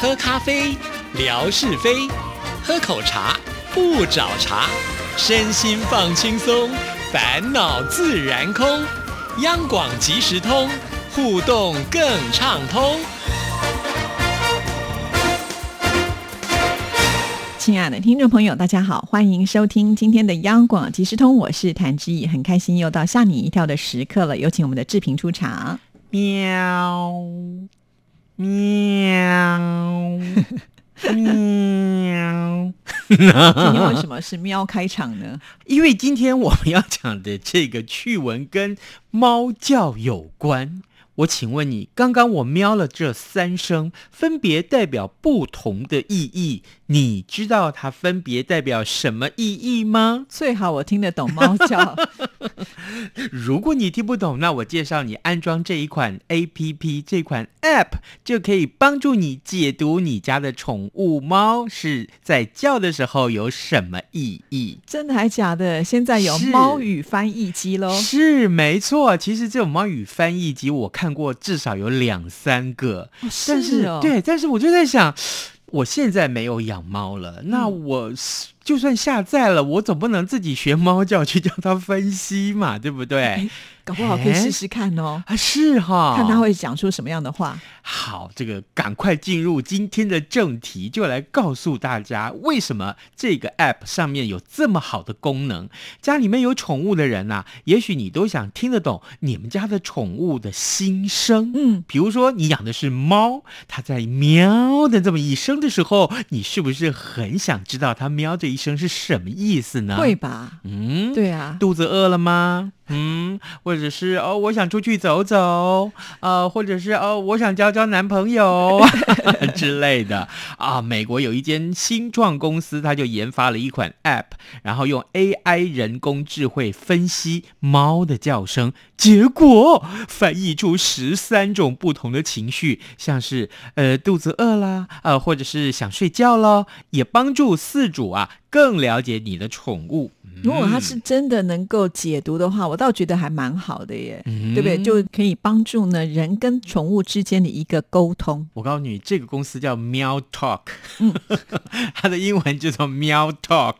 喝咖啡，聊是非；喝口茶，不找茬。身心放轻松，烦恼自然空。央广即时通，互动更畅通。亲爱的听众朋友，大家好，欢迎收听今天的央广即时通，我是谭志毅，很开心又到吓你一跳的时刻了，有请我们的志平 出场。喵 喵喵，今天为什么是喵开场呢？因为今天我们要讲的这个趣闻跟猫叫有关。我请问你，刚刚我喵了这三声，分别代表不同的意义，你知道它分别代表什么意义吗？最好我听得懂猫叫，如果你听不懂，那我介绍你安装这一款 A P P，这款 App 就可以帮助你解读你家的宠物猫是在叫的时候有什么意义。真的还假的？现在有是猫语翻译机喽。是没错，其实这种猫语翻译集我看过至少有两三个，哦但是、哦，对，但是我就在想，我现在没有养猫嗯了，那我是就算下载了，我总不能自己学猫叫去叫它分析嘛，对不对哎？搞不好可以哎试试看哦，啊，是哈，看他会讲出什么样的话。好，这个赶快进入今天的正题，就来告诉大家为什么这个 App 上面有这么好的功能。家里面有宠物的人呐、也许你都想听得懂你们家的宠物的心声。嗯，比如说，你养的是猫，它在喵的这么一声的时候，你是不是很想知道它喵这一声是什么意思呢？会，吧？哦嗯，对啊，肚子饿了吗？嗯，或者是哦，我想出去走走，呃，或者是哦，我想交交男朋 友 之类的啊。美国有一间新创公司，它就研发了一款 App，然后用 AI 人工智慧分析猫的叫声，结果翻译出十三种不同的情绪，像是呃肚子饿啦，呃或者是想睡觉喽，也帮助饲主啊更了解你的宠物。如果他是真的能够解读的话，我倒觉得还蛮好的耶，嗯对不对？就可以帮助呢人跟宠物之间的一个沟通。我告诉你，这个公司叫喵 Talk，嗯 它的英文叫做喵 Talk。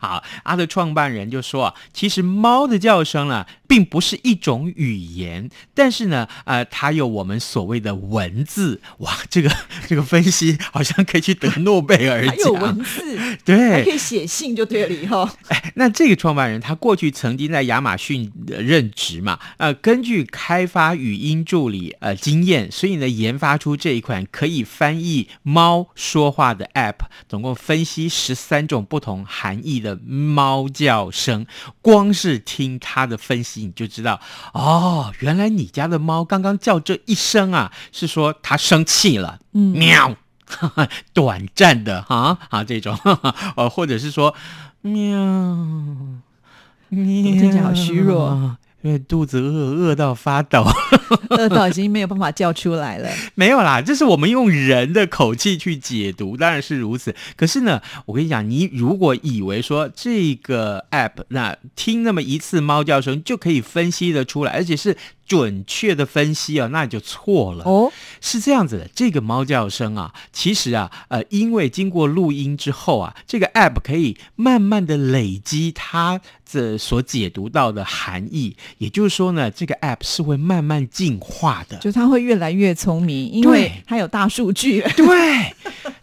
好，它的创办人就说啊，其实猫的叫声呢、并不是一种语言，但是呢，呃，它有我们所谓的文字。哇，这个这个分析好像可以去得诺贝尔还有奖。文 字，还可对，以写信就对了。以 后那这个创办人他过去曾经在亚马逊呃任职嘛，呃，根据开发语音助理呃经验，所以呢研发出这一款可以翻译猫说话的 App，总共分析十三种不同含义的猫叫声。光是听它的分析，你就知道哦，原来你家的猫刚刚叫这一声啊，是说它生气了，嗯喵。 哈哈，短暂的哈啊这种， 哈哈呃，或者是说喵，喵，听起来好虚弱，啊因为肚子饿，饿到发抖。饿到已经没有办法叫出来了。没有啦，这是我们用人的口气去解读，当然是如此。可是呢，我跟你讲，你如果以为说这个 app 那听那么一次猫叫声就可以分析的出来，而且是准确的分析哦，那你就错了。 哦，是这样子的，这个猫叫声啊，其实啊，呃，因为经过录音之后啊，这个 app 可以慢慢的累积它这所解读到的含义，也就是说呢，这个 app 是会慢慢进化的。就它会越来越聪明，因为它有大数据。对，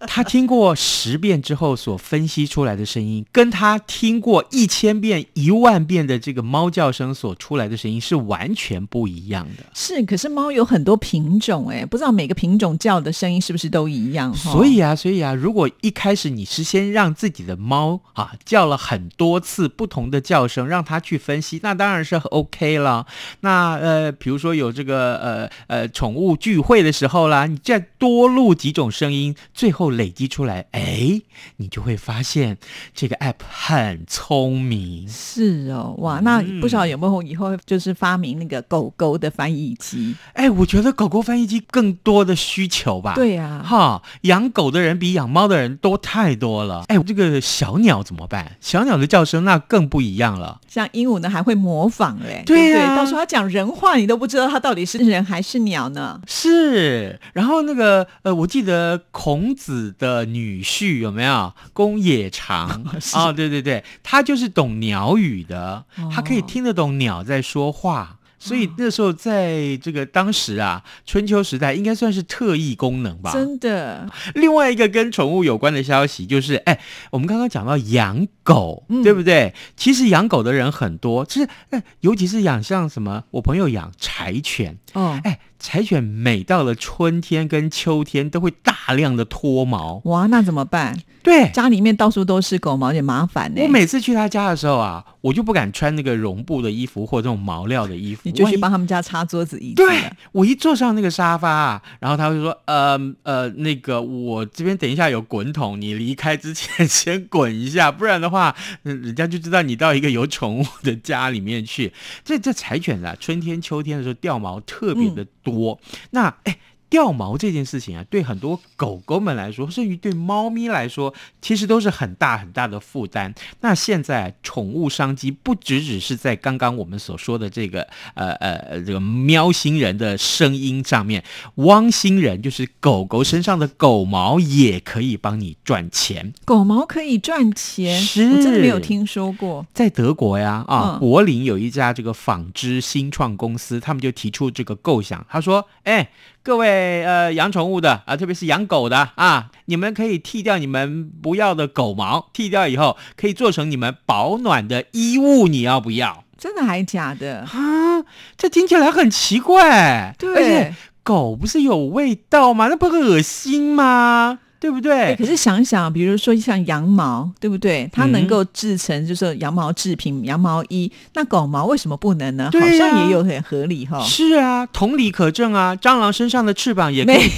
他听过十遍之后所分析出来的声音，跟他听过一千遍、一万遍的这个猫叫声所出来的声音是完全不一样的。是，可是猫有很多品种，哎，不知道每个品种叫的声音是不是都一样？哈所以啊，所以啊，如果一开始你是先让自己的猫啊叫了很多次不同的叫声，让它去分析，那当然是很 OK 了。那呃，比如说有这个呃呃宠物聚会的时候啦，你再多录几种声音，最后累累积出来，哎，你就会发现这个 app 很聪明。是哦，哇，那嗯不知道有没有以后就是发明那个狗狗的翻译机？哎，我觉得狗狗翻译机更多的需求吧。。对啊呀、哈，养狗的人比养猫的人多太多了。哎，这个小鸟怎么办？小鸟的叫声那更不一样了。像鹦鹉呢还会模仿嘞，对不呀对？到啊时候它讲人话，你都不知道它到底是人还是鸟呢。是，然后那个呃，我记得孔子的女婿有没有公冶长 啊、对对对，他就是懂鸟语的，他可以哦听得懂鸟在说话。所以那时候，在这个当时啊，春秋时代应该算是特异功能吧。真的，另外一个跟宠物有关的消息就是，哎，我们刚刚讲到养狗，嗯对不对？其实养狗的人很多，其实，哎，尤其是养像什么，我朋友养柴犬，哦，哎，柴犬每到了春天跟秋天都会大量的脱毛，哇，那怎么办？对。家里面到处都是狗毛，也麻烦呢、我每次去他家的时候啊，我就不敢穿那个绒布的衣服或这种毛料的衣服，你就万去一帮他们家擦桌子椅子对了。我一坐上那个沙发啊，然后他会说，呃呃，那个我这边等一下有滚筒，你离开之前先滚一下，不然的话，呃人家就知道你到一个有宠物的家里面去。这这柴犬啊，春天秋天的时候掉毛特别的多。那哎。掉毛这件事情啊，对很多狗狗们来说，甚至于对猫咪来说，其实都是很大很大的负担。那现在啊宠物商机不只只是在刚刚我们所说的这个呃呃呃这个喵星人的声音上面，汪星人就是狗狗身上的狗毛也可以帮你赚钱。狗毛可以赚钱，是我真的没有听说过。在德国呀，啊，嗯柏林有一家这个纺织新创公司，他们就提出这个构想。他说：“哎，各位呃养宠物的啊，特别是养狗的啊，你们可以剃掉你们不要的狗毛，剃掉以后可以做成你们保暖的衣物，你要不要真的还假的？”？啊，这听起来很奇怪，而且对，狗不是有味道吗？那不恶心吗？对不哎对？可是想想，比如说像羊毛，对不对？它嗯能够制成就是羊毛制品、羊毛衣，那狗毛为什么不能呢？对好呀像也有很合理哈。是啊，同理可证啊，蟑螂身上的翅膀也可以。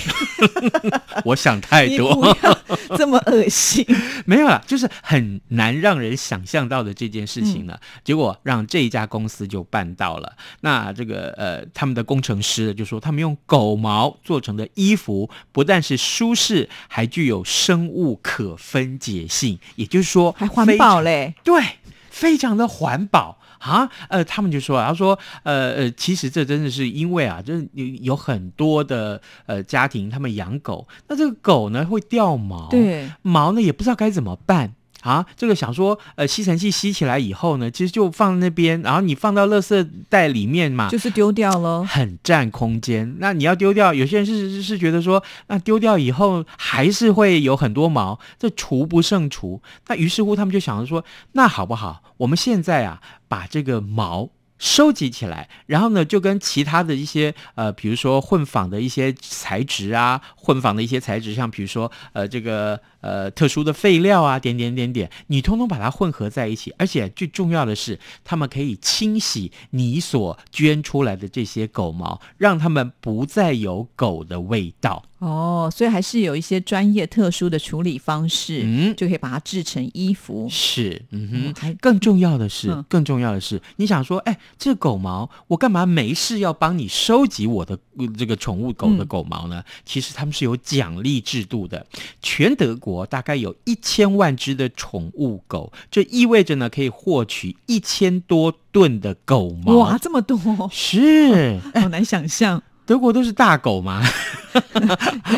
我想太你多不，要 这么恶 心。没有啦，啊就是很难让人想象到的这件事情嗯呢。结果让这一家公司就办到了。那这个呃，他们的工程师就说，他们用狗毛做成的衣服，不但是舒适，还具有生物可分解性，也就是说还环非保嘞，对，非常的环保啊。呃，他们就说啊，他说，呃呃，其实这真的是因为啊，就是有有很多的呃家庭他们养狗，那这个狗呢会掉毛，，对，毛呢也不知道该怎么办。啊，这个想说，呃，吸尘器吸起来以后呢，其实就放那边，然后你放到垃圾袋里面嘛，就是丢掉喽。很占空间。那你要丢掉，有些人是是是觉得说，那丢掉以后还是会有很多毛，这除不胜除。那于是乎他们就想着说，那好不好？我们现在啊，把这个毛。收集起来，然后呢，就跟其他的一些呃，比如说混纺的一些材质啊，混纺的一些材质，像比如说呃这个呃特殊的废料啊，点点点点，你通通把它混合在一起。而且最重要的是，他们可以清洗你所捐出来的这些狗毛，让它们不再有狗的味道。哦，所以还是有一些专业特殊的处理方式，嗯就可以把它制成衣服。是，嗯嗯，哼。还更重要的是嗯，更重要的是，你想说，哎，这狗毛，我干嘛没事要帮你收集我的、呃这个宠物狗的嗯狗毛呢？其实他们是有奖励制度的。全德国大概有一千万只的宠物狗，这意味着呢，可以获取一千多吨的狗毛。哇，这么多， 好是，难想象。德国都是大狗嘛，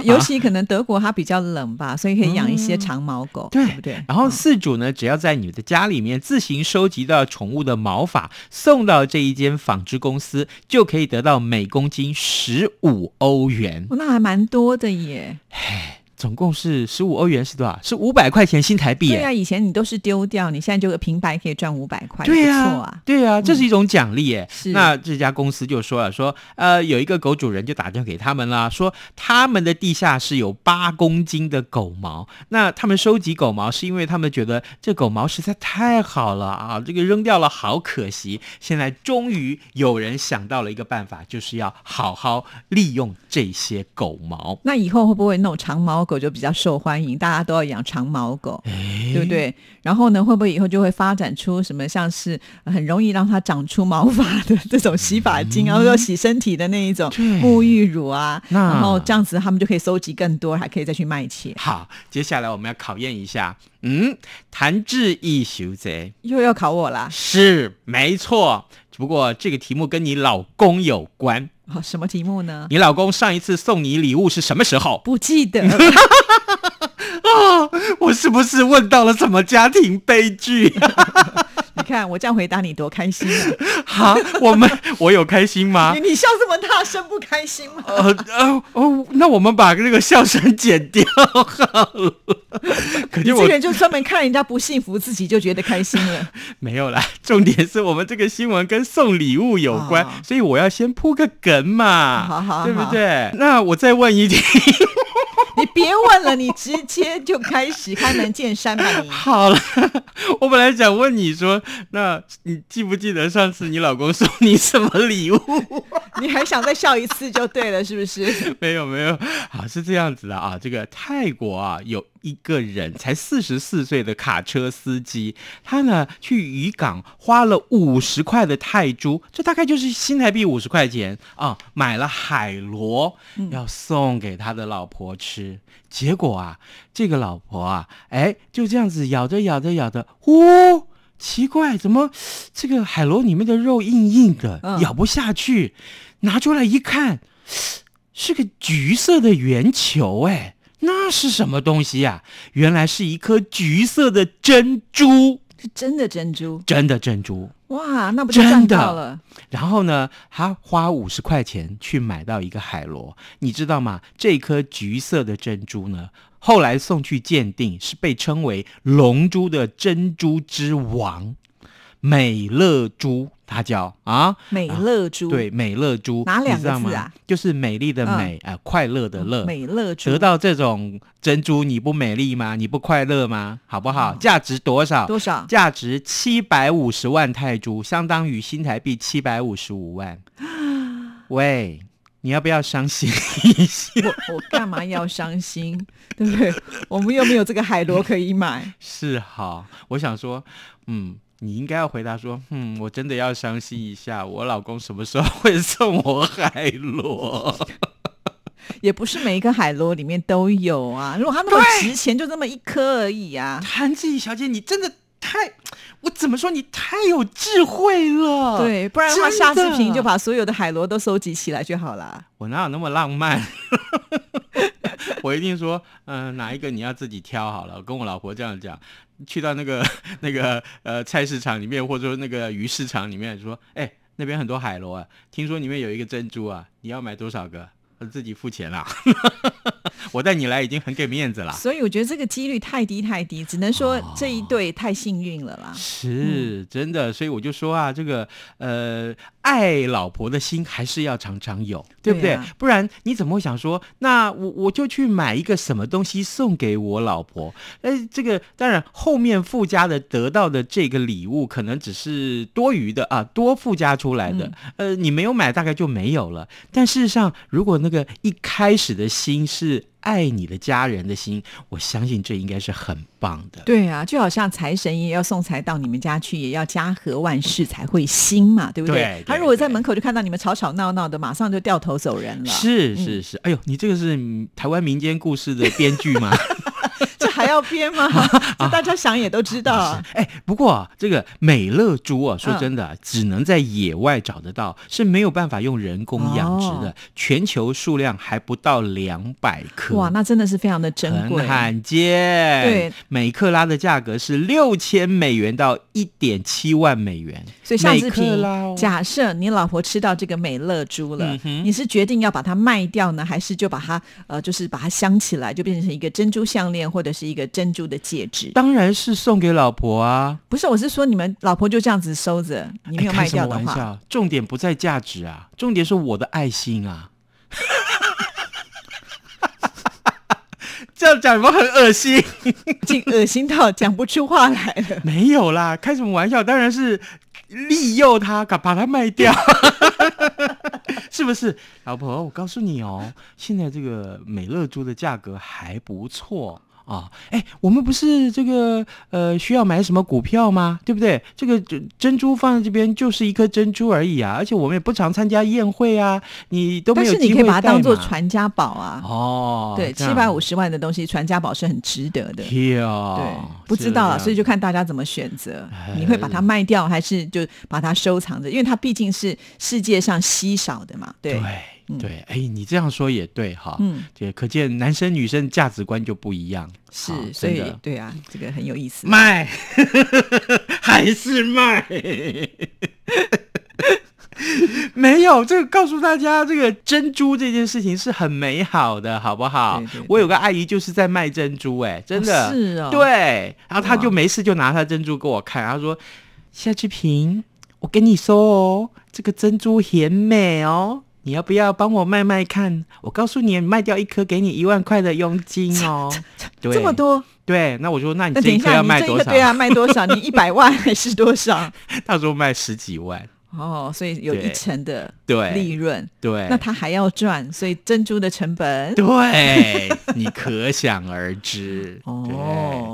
尤其可能德国它比较冷吧，所以可以养一些长毛狗，对对不对？然后饲主呢，只要在你的家里面自行收集到宠物的毛发，送到这一间纺织公司，就可以得到每公斤十五欧元，哦那还蛮多的耶。总共是十五欧元是多少？是五百块钱新台币对耶。啊，以前你都是丢掉，你现在就有平白可以赚五百块，对不呀、错啊。对呀、这是一种奖励耶。是那这家公司就说了，说呃，有一个狗主人就打电话给他们啦，说他们的地下室有八公斤的狗毛，那他们收集狗毛是因为他们觉得这狗毛实在太好了啊，这个扔掉了好可惜。现在终于有人想到了一个办法，就是要好好利用这些狗毛。那以后会不会弄长毛狗就比较受欢迎，大家都要养长毛狗，哎对不？对？然后呢，会不会以后就会发展出什么像是呃很容易让它长出毛发的 这种洗发精啊，或者说洗身体的那一种嗯对沐浴乳啊？那然后这样子他们就可以收集更多，还可以再去卖钱，好，接下来我们要考验一下，嗯，谭志毅修贼又要考我啦！是没错，只不过这个题目跟你老公有关。哦，什么题目 呢？你老公上一次送你礼物是什么时候？不记得， 我是不是问到了什么家庭悲剧？ 你看我这样回答你多开心啊！哈，我们我有开心吗你？你笑这么大声，不开心吗？呃呃哦，那我们把这个笑声剪掉好了。 可是你这我个人就专门看人家不幸福，自己就觉得开心 了。没有啦，重点是我们这个新闻跟送礼物有关，啊所以我要先铺个梗嘛，好好好对不对？那我再问一题，你别问了，你直接就开始开门见山吧 你。好了，我本来想问你说，那你记不记得上次你老公送你什么礼物？你还想再笑一次就对了，是不是？ 没有没有，啊，是这样子的啊，这个泰国啊有一个人才四十四岁的卡车司机，他呢去渔港花了五十块的泰铢，这大概就是新台币五十块钱啊，买了海螺要送给他的老婆吃，结果啊，这个老婆啊，哎就这样子咬着咬着咬着，呜、奇怪，怎么这个海螺里面的肉硬硬的，嗯咬不下去？拿出来一看，是个橘色的圆球，哎，那是什么东西呀、原来是一颗橘色的珍珠，是真的珍珠真的珍珠。哇，那不就赚到了？然后呢，他花五十块钱去买到一个海螺，你知道吗？这颗橘色的珍珠呢，后来送去鉴定，是被称为龙珠的珍珠之王，美乐珠，它叫啊，美乐珠，对，，美乐珠，哪两个你知道吗字啊？嗯就是美丽的美，啊，快乐的乐。美乐珠得到这种珍珠，你不美丽吗？你不快乐吗？好不好？价值嗯多少？多少？价值七百五十万泰铢，相当于新台币七百五十五 万。喂，你要不要伤 心一下？我我干嘛要伤心？ 对不对？我们又没有这个海螺可以买，是好，我想说，嗯，你应该要回答说，嗯，我真的要伤心一下，我老公什么时候会送我海螺？也不是每一个海螺里面都有啊。如果它那么值钱，就这么一颗而已啊。谭志毅小姐，你真的太，我怎么说你太有智慧了。，对，不然的话，真夏志的平就把所有的海螺都收集起来就好啦。我哪有那么浪漫？ 我一定说，嗯、哪一个你要自己挑好了。我跟我老婆这样讲，去到那个那个呃菜市场里面，或者说那个鱼市场里面，说，哎、那边很多海螺啊，听说里面有一个珍珠啊，你要买多少个？我自己付钱啦。啊 我带你来已经很给面子啦。所以我觉得这个几率太低太低，只能说这一对太幸运了啦。是真的，所以我就说啊，这个呃，爱老婆的心还是要常常有，对不对？对啊不然你怎么会想说，那我我就去买一个什么东西送给我老婆？呃，这个当然后面附加的得到的这个礼物，可能只是多余的啊，多附加出来的。呃，你没有买，大概就没有了。但事实上，如果那个一开始的心是爱你的家人的心，我相信这应该是很棒的。对啊，就好像财神爷要送财到你们家去，也要家和万事才会兴嘛，对不对？对对他如果在门口就看到你们吵吵闹闹的，马上就掉头走人了。是是是，哎呦，你这个是嗯台湾民间故事的编剧 吗？这还要编 吗？这大家想也都知道啊。哎，不过啊，这个美乐猪啊，说嗯真的啊，只能在野外找得到，是没有办法用人工养殖哦的，全球数量还不到两百颗。哇，那真的是非常的珍贵很。罕见，对，每克拉的价格是六千美元到一点七万美元，所以夏每志克平拉哦，假设你老婆吃到这个美乐猪了，嗯哼你是决定要把它卖掉呢，还是就把它呃，就是把它镶起来，就变成一个珍珠项链或者是一个珍珠的戒指？当然是送给老婆啊，不是，我是说你们老婆就这样子收着，你没有哎开卖什么掉的玩话，笑，重点不在价值啊，重点是我的爱心 啊。这样讲有没有很恶心？已经恶呃心到讲不出话来了。没有啦，开 什么玩笑？当然是利诱他，把把它卖掉。是不是？老婆，我告诉你哦，现在这个美乐猪的价格还不错。啊，哎，我们不是这个呃需要买什么股票吗？对不对？这个珍珍珠放在这边就是一颗珍珠而已啊，而且我们也不常参加宴会啊，你 都没但有是机会你可以把它带当做嘛传家宝啊。哦，对，这七样百五十万的东西，传家宝是很值得的。哟，对，不知道啊了，所以就就看大家怎么选择。哎你会把它卖掉，还是就把它收藏着？因为它毕竟是世界上稀少的嘛。对，对嗯对，哎，你这样说也对哈，嗯，这可见男生女生价值观就不一样，好是，所以真的对啊，这个很有意思。卖 还是卖。没有，这个告诉大家，这个珍珠这件事情是很美好的，好不好？对对对我有个阿姨就是在卖珍珠、哎，真的、哦是哦对，然后他哇就没事就拿他珍珠给我看，他说：“夏志平，我跟你说哦，这个珍珠很美哦，你要不要帮我卖卖看？我告诉你，卖掉一颗给你一万块的佣金 哦。对，这么多，对，那我说，那你那这等一一颗下，要你卖这一多个少？对啊，卖多少？你一百万还是多少？他说卖十几万，哦，所以有对一成的对利润，对，那他还要赚，所以珍珠的成 本哎对你可想而知。 哦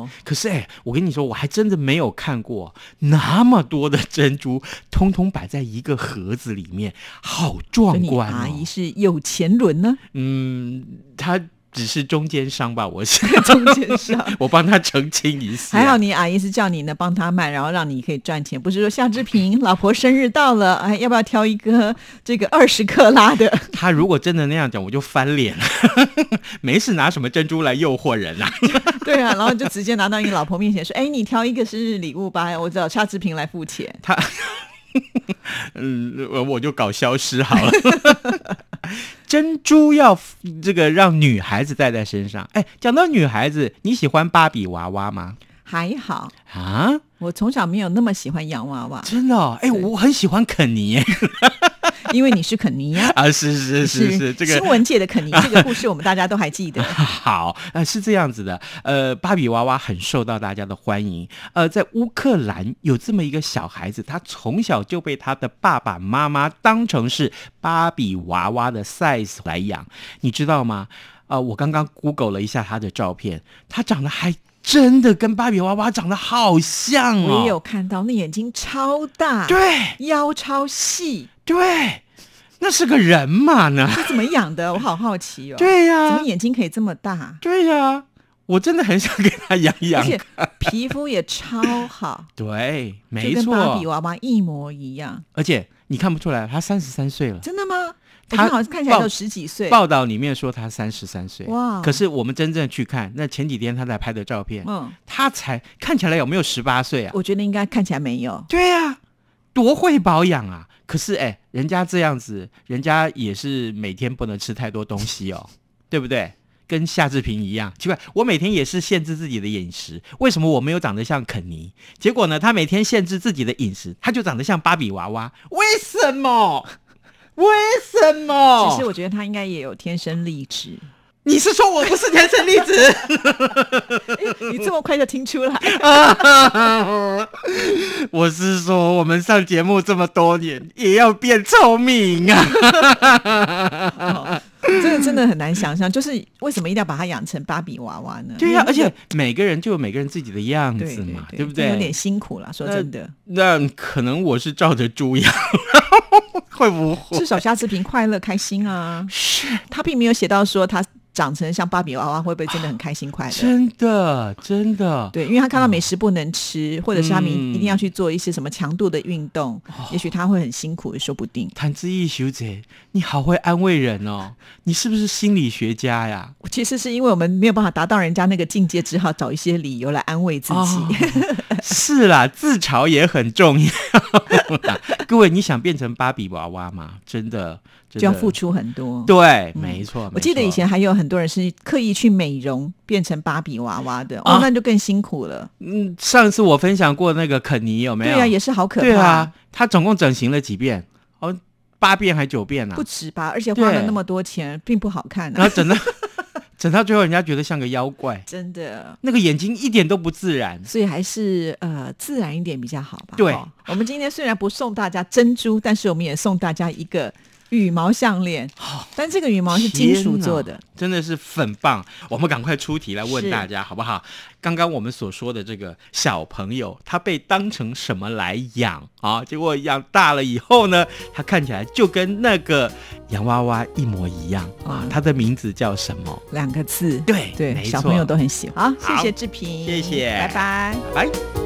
对，可是哎、我跟你说，我还真的没有看过那么多的珍珠，通通摆在一个盒子里面，好所以壮你观、哦。阿姨是有钱 人呢，嗯，他只是中间商吧，我是 啊中间商。我帮他澄清一下。还好你阿姨是叫你呢帮她卖，然后让你可以赚钱，不是说夏志平老婆生日到了，哎，要不要挑一个这个二十克 拉的？他如果真的那样讲，我就翻脸了。 没事，拿什么珍珠来诱惑人啊？对啊，然后就直接拿到你老婆面前说，哎，你挑一个生日礼物吧，我找夏志平来付钱。嗯，我我就搞消失好了。 珍珠要这个让女孩子戴在身上。哎，讲到女孩子，你喜欢芭比娃娃吗？还好啊，我从小没有那么喜欢洋娃娃， 真的、哦？哎，对我很喜欢肯尼耶。因为你是肯尼呀、啊，是是 是是，这个嗯哦新闻界的肯尼，这个故事我们大家都还 记得。好，呃，是这样子的，呃，芭比娃娃很受到大家的欢迎。呃，在乌克兰有这么一个小孩子，他从小就被他的爸爸妈妈当成是芭比娃娃的 size 来养，你知道吗？呃，我刚刚 Google 了一下他的照片，他长得还真的跟芭比娃娃长得好像哦。我也有看到，那眼睛超大，，对腰 超细，对，那是个人嘛呢？是怎么养的？我好好奇哦。，对啊呀、怎么眼睛可以这么大？对呀、我真的很想给他养一而养。且 皮肤也超好，对，就没跟错。芭比娃娃一模一样。而且你看不出来，他三十三岁了。真的吗？我她看好像看起来抱都十几岁。报道里面说他三十三岁，哇可是我们真正去看，那前几天他才拍的照片，嗯，他才看起来有没有十八岁啊？我觉得应该看起来没有。对啊，多会保养啊！可是哎、人家这样子，人家也是每天不能吃太多东西哦， 对不对？跟夏志平一样，奇怪，我每天也是限制自己的饮食，为什么我没有长得像肯尼？结果呢，他每天限制自己的饮食，他就长得像芭比娃娃，为什么？为什么？其实我觉得她应该也有天生丽质。你是说我不是天生丽 质？ 诶你这么快就听出来？ 我是说，我们上节目这么多年，也要变聪明啊！哦这个真的很难想象，就是为什么一定要把它养成芭比娃娃呢？对呀、因为而且每个人就有每个人自己的样对子对嘛，对不这有点对？辛苦啦，说那真的，那可能我是照着猪 养，会不至会？少夏志平快乐开心啊。是他并没有写到说他长成像芭比娃娃会不会真的很开心快乐。啊真的，真的，对，因为他看到美食不能吃，或者是他们嗯哦一定要去做一些什么强度的运动，也许他会很辛苦，也说不定。谭志毅小姐，你好会安慰人哦！你是不是心理学家 呀？其实是因为我们没有办法达到人家那个境界，只好找一些理由来安慰自己。 哦是啦，自嘲也很重要啦。 各位，你想变成芭比娃娃吗？真的，真的就要付。出很多。对，没错。我记没得错以前还有很多人是刻意去美容，变成芭比娃娃的，啊哦，那就更辛苦了。嗯，上次我分享过那个肯尼有没对有？啊，也是好可怕。对啊，他总共整形了几遍？哦，八遍还九遍呢、不止吧？而且花了对那么多钱，并不好看然啊！后整到整到最后，人家觉得像个妖怪，真的，那个眼睛一点都不自然。所以还是呃自然一点比较好吧。对哦我们今天虽然不送大家珍珠，但是我们也送大家一个。羽毛项链，但这个羽毛是金属做的天。哪，真的是很棒。我们赶快出题来问是大家好不好？刚刚我们所说的这个小朋友，他被当成什么来养啊？结果养大了以后呢，他看起来就跟那个洋娃娃一模一样啊嗯。他的名字叫什么？两个字，对对，没小错。朋友都很喜欢。好，谢好谢志平，谢谢拜拜。来。